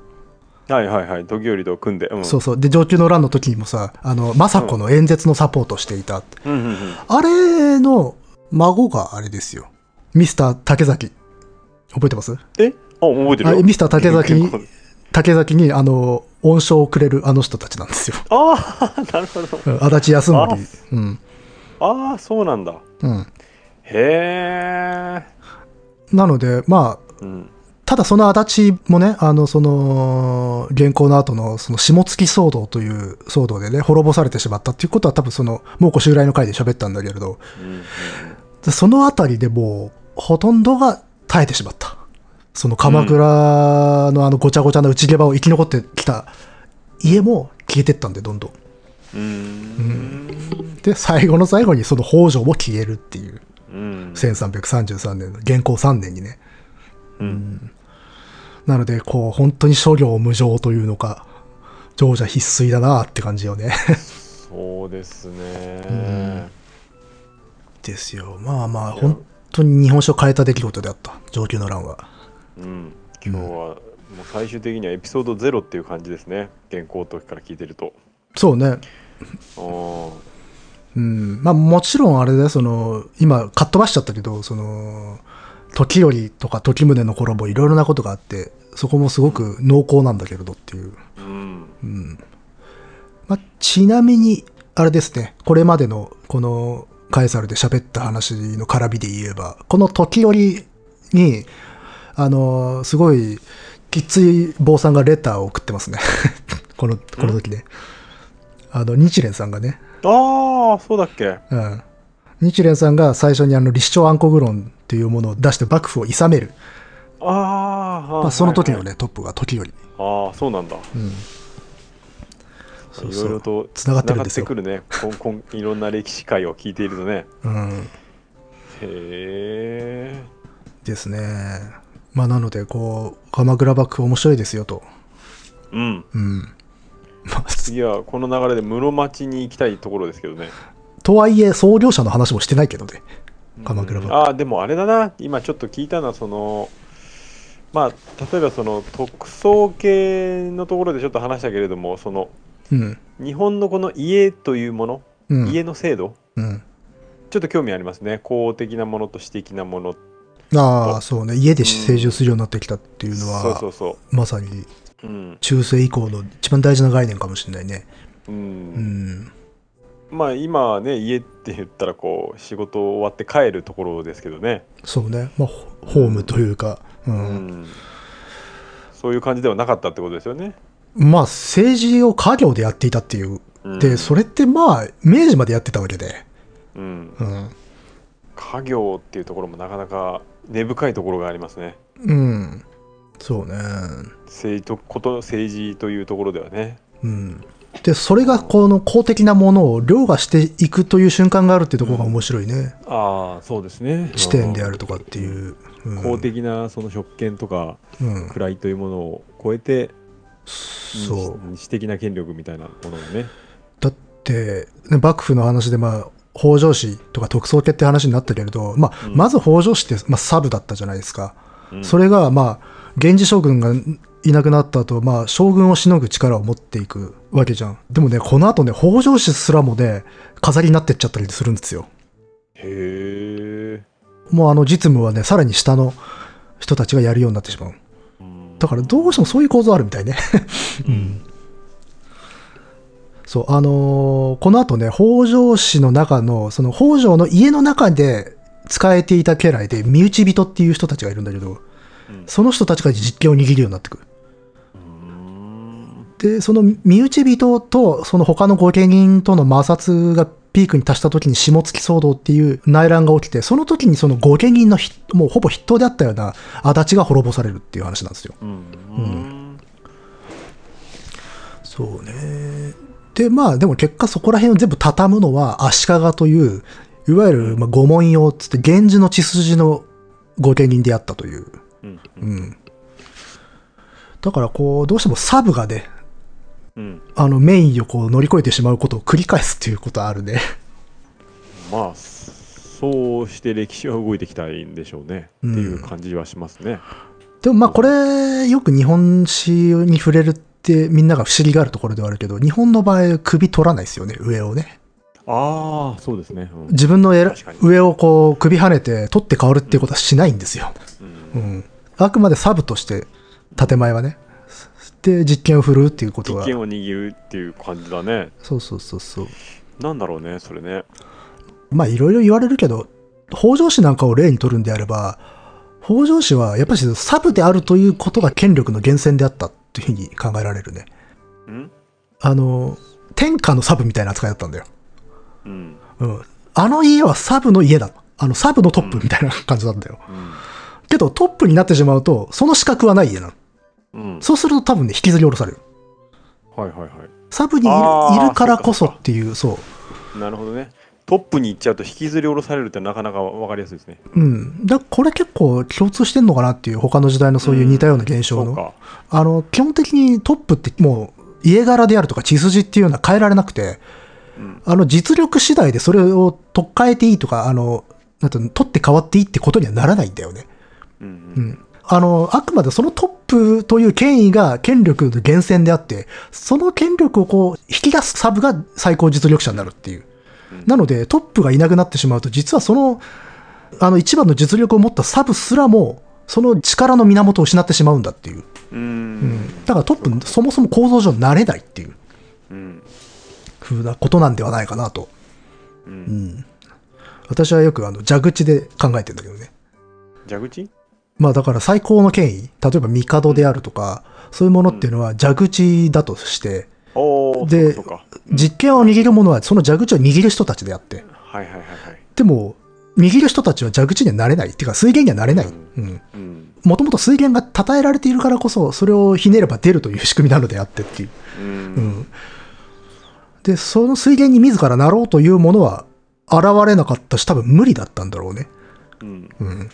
A: はいはいはい時よりと組んでうん
B: そうそう。で、上級の乱の時にもさ、あの、政子の演説のサポートしていた。
A: うんうんうん
B: あれの孫があれですよ。ミスター竹崎。覚えてます
A: えあ覚えてる
B: あ
A: よ
B: ミスター竹崎に
A: 結構
B: 竹崎にあの恩賞をくれるあの人たちなんですよ。
A: ああ なるほど
B: うん足立康則。うん。
A: ああそうなんだ
B: うん。
A: へえ
B: なので、まあ、
A: うん
B: ただその足立もね、あの、その、原稿の後の、その、下月騒動という騒動でね、滅ぼされてしまったっていうことは多分その、猛虎襲来の回で喋ったんだけれど、
A: うん
B: そのあたりでもう、ほとんどが耐えてしまった。その鎌倉のあのごちゃごちゃな内毛場を生き残ってきた家も消えてったんで、どんどん。
A: うんうん
B: で、最後の最後にその北条も消えるっていう。
A: うん
B: 1333年の元寇3年にね。
A: うん
B: なので、こう、本当に諸行無常というのか、常者必須だなって感じよね。
A: そうですね
B: ですよ。まあまあ、本当に日本史を変えた出来事であった、上級の乱は。
A: うん今日はもう最終的にはエピソード0っていう感じですね原稿の時から聞いてると
B: そうね。
A: あー
B: うん。まあもちろんあれだよ、その、今、かっ飛ばしちゃったけど、その、時頼とか時宗の頃もいろいろなことがあって、そこもすごく濃厚なんだけれどっていう。
A: うん
B: うんまあ、ちなみに、あれですね、これまでのこのカエサルで喋った話の絡みで言えば、この時折に、あのーすごいきつい坊さんがレターを送ってますね。 この、この時ね。あの、日蓮さんがね、
A: ああそうだっけ
B: うん。日蓮さんが最初にあの、立正暗黒論というものを出して幕府を諌める。
A: あーあー、
B: まあ、その時のね、
A: はいはい
B: トップが時折。
A: ああそうなんだ
B: うん。そうそ
A: い
B: う
A: ろいろと
B: つながってるんですよ
A: つながってくるねこんこ んいろんな歴史会を聞いているとね
B: うん。
A: へえ
B: ですね。まあなので、こう、鎌倉幕府面白いですよと。
A: うん
B: うん。まあ、
A: 次はこの流れで室町に行きたいところですけどね
B: とはいえ、創業者の話もしてないけどね。鎌倉幕府。
A: ああでもあれだな今ちょっと聞いたのはそのまあ例えばその特捜系のところでちょっと話したけれどもその
B: うん。
A: 日本のこの家というもの、
B: うん。
A: 家の制度
B: うん。
A: ちょっと興味ありますね公的なものと私的なもの
B: ああ、そうね。家で成住するようになってきたっていうのは、
A: そうそうそ
B: まさに
A: ううん、
B: 中世以降の一番大事な概念かもしれないね。
A: う、
B: うんん。
A: まあ今はね家って言ったらこう仕事終わって帰るところですけどね、
B: そうね。まあ、ホホームというか、う。
A: うんん、そういう感じではなかったってことですよね、
B: まあ、政治を家業でやっていたっていう。
A: うん、
B: で、それってまあ、明治までやってたわけで。
A: うん、
B: うん。
A: 家業っていうところもなかなか根深いところがありますね
B: うん。そうね。
A: 政治とこと政治というところではね
B: うん。で、それがこの公的なものを凌駕していくという瞬間があるっていうところが面白いね。
A: ああそうですね
B: 地点であるとかっていう。うん
A: 公的なその職権とか
B: うん、
A: 位というものを超えて
B: そう
A: 私的な権力みたいなものがね
B: だって、ね、幕府の話で、まあ、北条氏とか特捜家って話になったけれど、まあ、
A: うん
B: まず北条氏って、まあ、サブだったじゃないですか、
A: うん
B: それが、まあ、源氏将軍がいなくなった後、まあ将軍をしのぐ力を持っていくわけじゃんでもねこの後ね北条氏すらもね飾りになってっちゃったりするんですよ
A: へえ、
B: もうあの実務はねさらに下の人たちがやるようになってしまう
A: うん
B: だからどうしてもそういう構造あるみたいね
A: うん
B: そう、あのーこの後ね、北条氏の中の、その北条の家の中で使えていた家来で、身内人っていう人たちがいるんだけど、
A: うん
B: その人たちが実権を握るようになってくる。
A: うん
B: で、その身内人と、その他の御家人との摩擦がピークに達した時に下月騒動っていう内乱が起きて、その時にその御家人のひ、もうほぼ筆頭であったような足立が滅ぼされるっていう話なんですよ。
A: うん
B: そうね。で、まあ、でも結果そこら辺を全部畳むのは足利という、いわゆる、まあ、御門用っつって、源氏の血筋の御家人であったという。
A: うん
B: うん。だから、こう、どうしてもサブがね、
A: うん
B: あの、メインをこう乗り越えてしまうことを繰り返すっていうことはあるね。
A: まあそうして歴史は動いてきたいんでしょうね、
B: うん
A: っていう感じはしますね
B: でも、まあ、これ、よく日本史に触れるって、みんなが不思議があるところではあるけど、日本の場合、首取らないですよね、上をね。
A: ああそうですね、うん
B: 自分のえら
A: 確かに
B: 上をこう首跳ねて取って変わるっていうことはしないんですよ、
A: うん
B: うん、あくまでサブとして建前はねで実験を振るうっていうこと
A: 実
B: は
A: 権を握るっていう感じだね
B: そうそうそうそう
A: なんだろうねそれね
B: まあいろいろ言われるけど北条氏なんかを例にとるんであれば北条氏はやっぱりサブであるということが権力の源泉であったというふうに考えられるね
A: うん
B: あの天下のサブみたいな扱いだったんだよ、
A: うん
B: うん、あの家はサブの家だあのサブのトップみたいな感じなんだよ、けどトップになってしまうと、その資格はない家なの。
A: うん、うん、
B: そうすると多分ね、引きずり下ろされる。
A: はいはいは
B: サブにいる
A: あー
B: いるからこそっていう、そう
A: いなるほどねトップに行っちゃうと引きずり下ろされるってなかなか分かりやすいですね
B: うん。だこれ結構共通してんのかなっていう、他の時代のそういう似たような現象
A: そ
B: の。
A: うか
B: あの、基本的にトップってもう、家柄であるとか血筋っていうのは変えられなくて、
A: うん
B: あの、実力次第でそれを取っ換えていいとか、あの、なんていうの取って変わっていいってことにはならないんだよね。
A: うん
B: う
A: うん
B: んあの、あくまでそのトップという権威が権力の源泉であって、その権力をこう、引き出すサブが最高実力者になるっていう。
A: うん
B: なので、トップがいなくなってしまうと、実はその、あの、一番の実力を持ったサブすらも、その力の源を失ってしまうんだっていう。
A: う
B: うん
A: ん。
B: だからトップ、そもそも構造上なれないっていう
A: うん
B: 風なことなんではないかなと。
A: う
B: うんん。私はよく、あの、蛇口で考えてんだけどね。
A: 蛇口
B: まあだから最高の権威、例えば帝であるとか、そういうものっていうのは蛇口だとして、
A: おお
B: で
A: そうかそうか
B: 実権を握る者はその蛇口を握る人たちであって、
A: はいはいはいはい
B: でも、握る人たちは蛇口にはなれない。っていうか、水源にはなれない。うん。
A: うん
B: もともと水源が称えられているからこそ、それをひねれば出るという仕組みなのであってっていう。
A: う
B: うんん。で、その水源に自らなろうというものは、現れなかったし、多分無理だったんだろうね。
A: うん
B: うん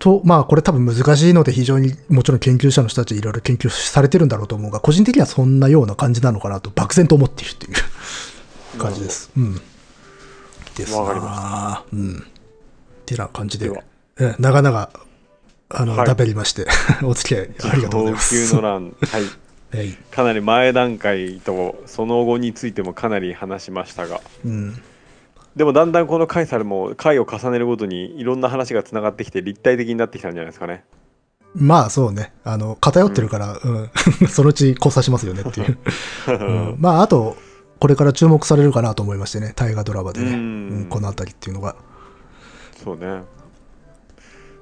B: と、まあこれ多分難しいので非常にもちろん研究者の人たちいろいろ研究されてるんだろうと思うが、個人的にはそんなような感じなのかなと漠然と思っているっていう感じです。うん。ですな
A: わかりま
B: うん。ってな感じで、
A: では
B: え長々、あの、
A: はい
B: だべりまして、 お付き合いありがとうござ います。
A: 上級の欄、はい、
B: はい。
A: かなり前段階とその後についてもかなり話しましたが、
B: うん。
A: でもだんだんこの回されも回を重ねるごとにいろんな話がつながってきて立体的になってきたんじゃないですかね。
B: まあそうね。あの、偏ってるから、うん。 そのうち交差しますよねって いう。うんまああと、これから注目されるかなと思いましてね。大河ドラマでね。
A: う
B: うんんこのあたりっていうのが。
A: そうね。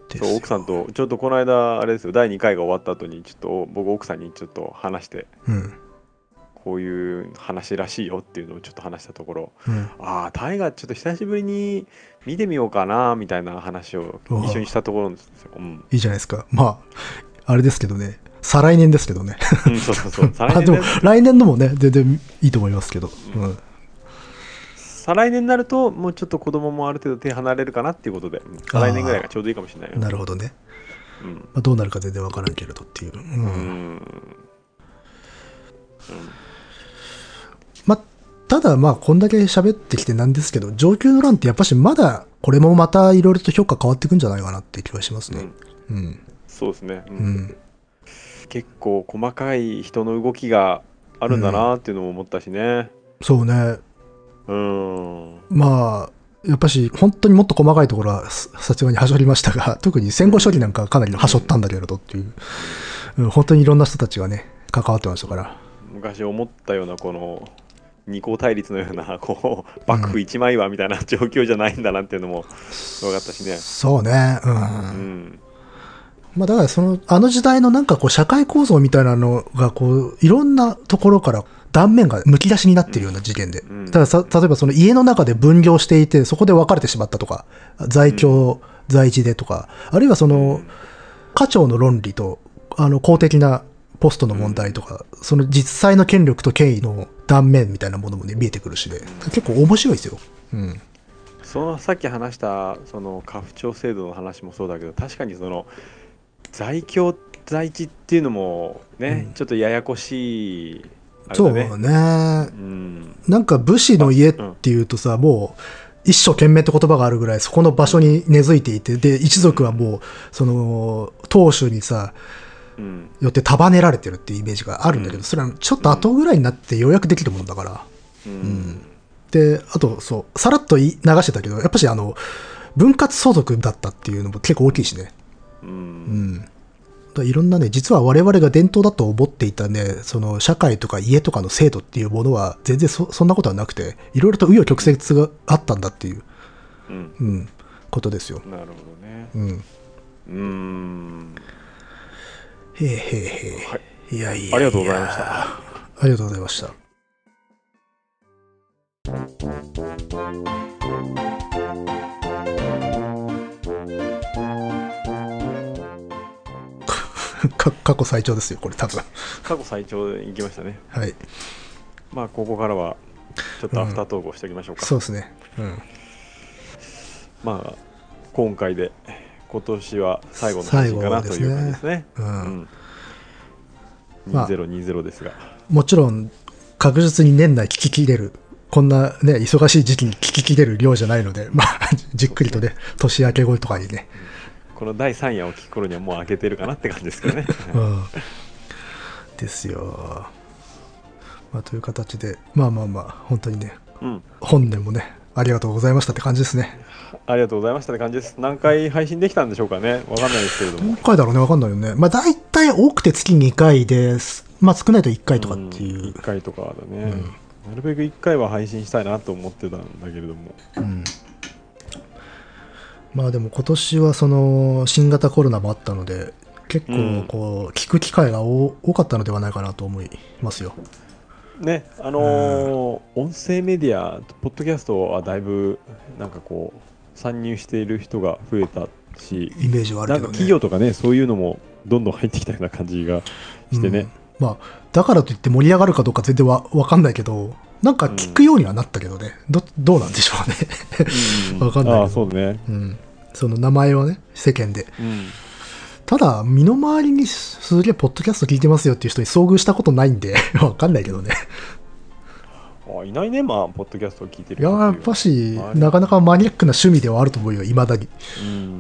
B: です
A: そう奥さんとちょっとこの間あれですよ第2回が終わった後にちょっと僕奥さんにちょっと話して
B: うん。
A: こういう話らしいよっていうのをちょっと話したところ
B: うん。
A: ああ大河ちょっと久しぶりに見てみようかなみたいな話を一緒にしたところですよ。うん、
B: いいじゃないですか。まあ、あれですけどね。再来年ですけどね。
A: うんそうそうそう再
B: あ
A: 来
B: で
A: 年
B: も
A: ね
B: 来年のもね、全然いいと思いますけど。うん。
A: 再来年になるともうちょっと子供もある程度手離れるかなっていうことでうん再来年ぐらいがちょうどいいかもしれないよ。
B: なるほどね。
A: うん
B: まあ、どうなるか全然わからんけれどっていう。
A: う
B: う。
A: んん
B: まあ、ただまあ、こんだけ喋ってきてなんですけど、上級の欄ってやっぱしまだ、これもまたいろいろと評価変わっていくんじゃないかなって気はします
A: う
B: ね
A: ん。
B: うん。
A: そうですね、う
B: うんん。
A: 結構細かい人の動きがあるんだなっていうのも思ったしね
B: そうね。
A: うん、
B: まあ、やっぱし、本当にもっと細かいところはささすがにはしょりましたが、 特に戦後処理なんかはかなりはしょったんだけれどっていう、うん、本当にいろんな人たちがね、関わってましたから。
A: 昔思ったようなこの二項対立のような こう幕府一枚岩みたいな状況じゃないんだなっていうのも分かったしね
B: そうね。うん。
A: うん
B: まあだからその、あの時代のなんかこう社会構造みたいなのがこう、いろんなところから断面がむき出しになってるような事件で。
A: うん
B: たださ、例えばその家の中で分業していて、そこで別れてしまったとか、在京、在地でとか、あるいはその、家長の論理と、あの公的なポストの問題とか、その実際の権力と権威の断面みたいなものもね、見えてくるしで、結構面白いですよ。うん。
A: そのさっき話したその家父長制度の話もそうだけど確かにその在京在地っていうのもね、
B: うん
A: ちょっとややこしいあれ
B: そ
A: だ
B: う
A: ね
B: ね
A: う。ん
B: なんか武士の家っていうとさ、もう一生懸命って言葉があるぐらいそこの場所に根付いていてで一族はもうその当主にさ
A: うん
B: よって束ねられてるっていうイメージがあるんだけど、
A: うん
B: それはちょっと後ぐらいになってようやくできるものだから。
A: うん
B: んであとそうさらっと言い流してたけどやっぱしあの分割相続だったっていうのも結構大きいしね。
A: う
B: うんんだからいろんなね、実は我々が伝統だと思っていたね、その社会とか家とかの制度っていうものは全然そそんなことはなくて、いろいろと紆余曲折があったんだっていう、
A: うん
B: うん、ことですよ。
A: なるほどね
B: うん。
A: うーん
B: へえへえへえ。、
A: はい
B: やいや。
A: ありがとうございました
B: ありがとうございました。 か過去最長ですよ、これ多分。
A: 過去最長でいきましたね
B: はい。
A: まあここからはちょっとアフタートークをしておきましょうか、
B: そうですね。うん。
A: まあ今回で今年は最後の配信かなという感じですね
B: う
A: うんん
B: まあ
A: 2020ですが、
B: もちろん、確実に年内聞き切れる、こんなね、忙しい時期に聞き切れる量じゃないので、 まあ、じっくりとね、年明け後とかにね。
A: この第3夜を聞く頃にはもう開けてるかなって感じですけど ね
B: うん。ですよ。まあ、という形で、まあまあまあ、本当にね、
A: うん
B: 本年もね、ありがとうございましたって感じですね。
A: ありがとうございましたって感じです何回配信できたんでしょうかねわかんないですけれども
B: 何回だろうね、わかんないよね。まあ、大体多くて月2回です。まあ、少ないと1回とかってい
A: ん
B: う
A: 1。回とかだね、なるべく1回は配信したいなと思ってたんだけれども
B: うんまあでも今年はその新型コロナもあったので結
A: うん
B: 構こう聞く機会がお多かったのではないかなと思いますよ。
A: ねあのー音声メディアポッドキャストはだいぶなんかこう参入している人が増えたし
B: イメージはある
A: なん
B: け
A: か
B: どね。
A: 企業とかねそういうのもどんどん入ってきたような感じがしてね、
B: うんまあだからといって盛り上がるかどうか全然わわかんないけどなんか聞くようにはなったけどね、どどうなんでしょうね。
A: う
B: わかんないけど
A: ああそうね、
B: うん、その名前はね世間で。
A: うん、
B: ただ身の回りに すげえポッドキャスト聞いてますよっていう人に遭遇したことないんでわかんないけどね。
A: あいないねまあポッドキャストを聞いて
B: い
A: る
B: や、
A: 人
B: やっぱし
A: は、い
B: なかなかマニアックな趣味ではあると思うよ、いまだに。
A: うん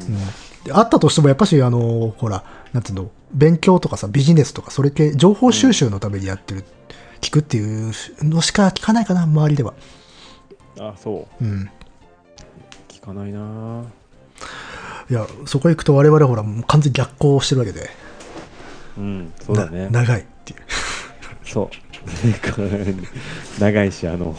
B: であったとしても、やっぱし、あの、ほら、なんていうの、勉強とかさ、ビジネスとか、それ系、情報収集のためにやってる、聞くっていうのしか聞かないかな、周りでは。
A: あそう
B: うん。
A: 聞かないない
B: や、そこ行くと我々ほら、もう完全に逆行してるわけで、
A: うんそうだね
B: な長いっていう。
A: そう 長いしあの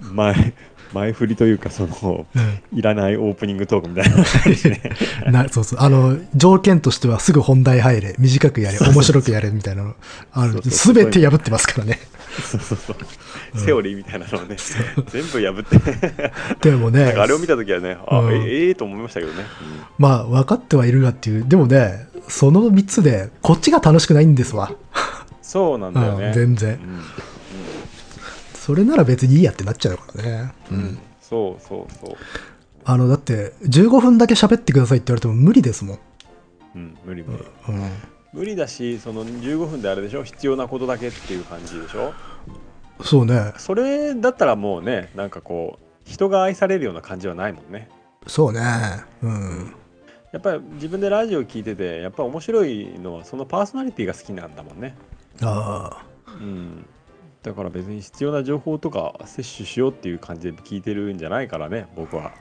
A: 前前振りというかそのいらないオープニングトークみたいな感じね
B: なそう そうあの条件としてはすぐ本題入れ短くやれ面白くやれみたいなのあ
A: そ
B: る
A: うそう
B: 全て破ってますからね
A: そうそうそう、セオリーみたいなのをね全部破って
B: でもね
A: なんかあれを見た時はねあ、
B: うん
A: えええと思いましたけどね、
B: まあ分かってはいるがっていうでもねその3つでこっちが楽しくないんですわ、
A: うんそうなんだよ
B: う
A: ね
B: ん、全
A: う
B: 然
A: ん
B: それなら別にいいやってなっちゃうからね、うん、
A: そうそうそう、
B: あのだって15分だけ喋ってくださいって言われても無理ですもん、
A: うん、無理無理
B: うん、
A: 無理だしその15分であれでしょ必要なことだけっていう感じでしょ
B: そうね
A: それだったらもうねなんかこう人が愛されるような感じはないもんね
B: そうねうん
A: やっぱり自分でラジオ聞いててやっぱ面白いのはそのパーソナリティが好きなんだもんね
B: ああ
A: うんだから別に必要な情報とか摂取しようっていう感じで聞いてるんじゃないからね僕は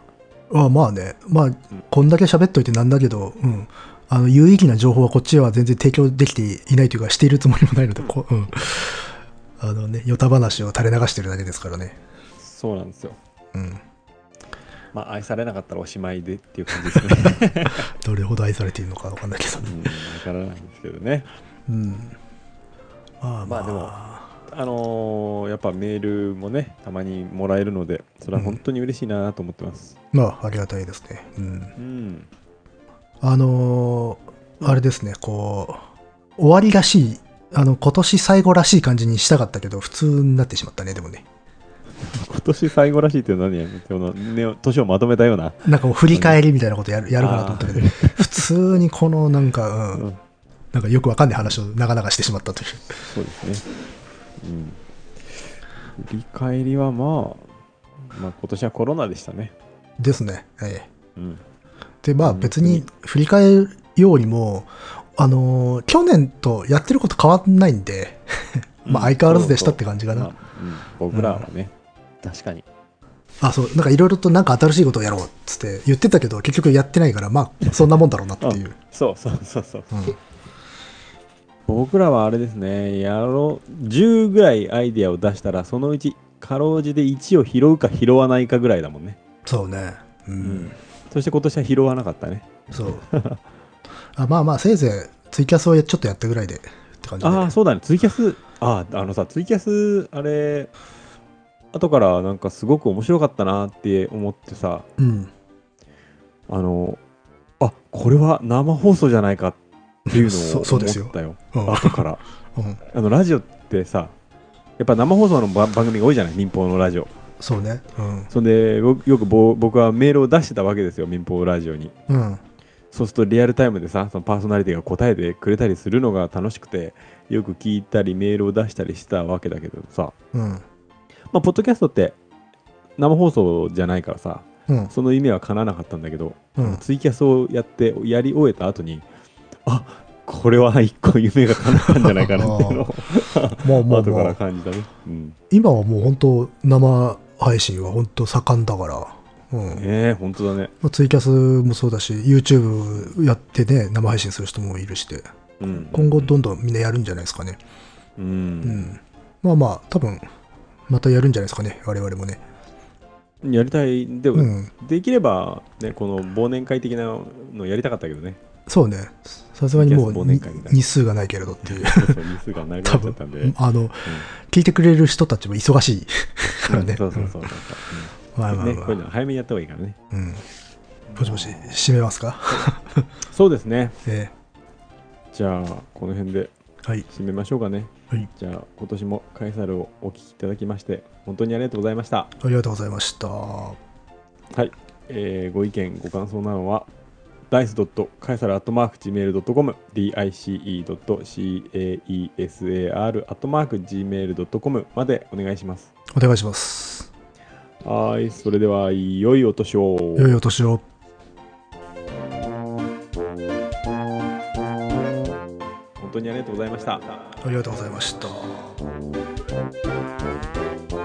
B: ああまあねまあこんだけ喋っといてなんだけど、うん、あの有意義な情報はこっちは全然提供できていないというかしているつもりもないのでこう、うん、あのねヨタ話を垂れ流してるだけですからね、
A: そうなんですよ
B: うん、
A: まあ愛されなかったらおしまいでっていう感じですね、
B: どれほど愛されているのかわかんないけ ど
A: う
B: ね、
A: ん、わからないんですけどね
B: うん、まあま
A: ま
B: あ
A: あでもあのーやっぱメールもねたまにもらえるのでそれは本当に嬉しいなと思ってます
B: まあありがたいですね、うん、
A: うん
B: あのーあれですねこう終わりらしいあの今年最後らしい感じにしたかったけど普通になってしまったねでもね
A: 今年最後らしいって何やこの、ね、年をまとめたような、
B: なんかもう振り返りみたいなこと やるやるかなと思ったけど、普通にこのなんか、うん、
A: うん
B: なんかよくわかんない話を長々してしまったという。
A: そうですね、うん、振り返りはまあ、まあ、今年はコロナでしたね、
B: ですね。え
A: う
B: え
A: ん、
B: で、まあ
A: うん
B: 別に振り返るようにも、あのー去年とやってること変わんないんで、 まあ相変わらずでしたって感じかな。
A: まあうん、僕らはね、確かに。
B: あ、そう、なんかいろいろとなんか新しいことをやろうっつって言ってたけど、結局やってないから、まあそんなもんだろうなっていう
A: そうそうそうそう
B: うん
A: 僕らはあれですねやろう10ぐらいアイディアを出したらそのうちかろうじて1を拾うか拾わないかぐらいだもんね、
B: そうね。う。
A: うんそして今年は拾わなかったね
B: そう。あまあまあ、せいぜいツイキャスをやちょっとやったぐらいでって感じで。
A: ああそうだねツイキャスあああのさツイキャスあれ後からなんかすごく面白かったなって思ってさ
B: うん。
A: あのあこれは生放送じゃないかっていうの
B: そ
A: を
B: そ
A: 思
B: うですよ
A: ったよ
B: うん
A: 後から
B: うん、
A: あのラジオってさやっぱ生放送の番番組が多いじゃない民放のラジオ
B: そうね。うん。
A: そんでよよくぼ僕はメールを出してたわけですよ民放ラジオに
B: うん。
A: そうするとリアルタイムでさそのパーソナリティが答えてくれたりするのが楽しくてよく聞いたりメールを出したりしたわけだけどさ、
B: うん。
A: まあ、ポッドキャストって生放送じゃないからさ
B: うん。
A: その夢は叶わなかったんだけど、
B: うん
A: ツイキャスをやってやり終えた後にあこれは一個夢が叶ったんじゃないかなって いうのを
B: もうも う
A: 後か
B: も
A: ら
B: う
A: 感じたね、うん、
B: 今はもう本当生配信は本当盛んだから、うん
A: ねえ本当だね
B: まあ、ツイキャスもそうだし YouTube やってね生配信する人もいるして
A: うん
B: 今後どんどんみんなやるんじゃないですかね
A: うん、
B: うんまあまあ多分またやるんじゃないですかね我々もね
A: やりたいでも、
B: うん
A: できればねこの忘年会的なのやりたかったけどね
B: そうねさすがにも
A: ツイキャス忘年会
B: う
A: みたいな
B: 日数がないけれどっ ていう
A: そうそう日数が長くなっ
B: 多
A: ちゃっ
B: 分
A: たんで
B: あの聞いてくれる人たちも忙しいからね
A: そうそうそうそう、
B: うんまあ
A: うん
B: まあ
A: ね、
B: ま
A: こ
B: あ、
A: ういうのは早めにやった方がいいからね
B: うん、もしもし閉めますか、
A: そうですね
B: え
A: じゃあこの辺で
B: ーはい
A: 締めましょうかね。
B: はい
A: じゃあ今年もカエサルをお聞きいただきまして本当にありがとうございました。
B: ありがとうございました
A: はい、えーご意見ご感想などは dice.caesar.gmail.com dice.caesar.gmail.com までお願いします。
B: お願いします。
A: はーい、それでは、良いお年を。
B: 良いお年を。
A: 本当にありがとうございました。
B: ありがとうございました。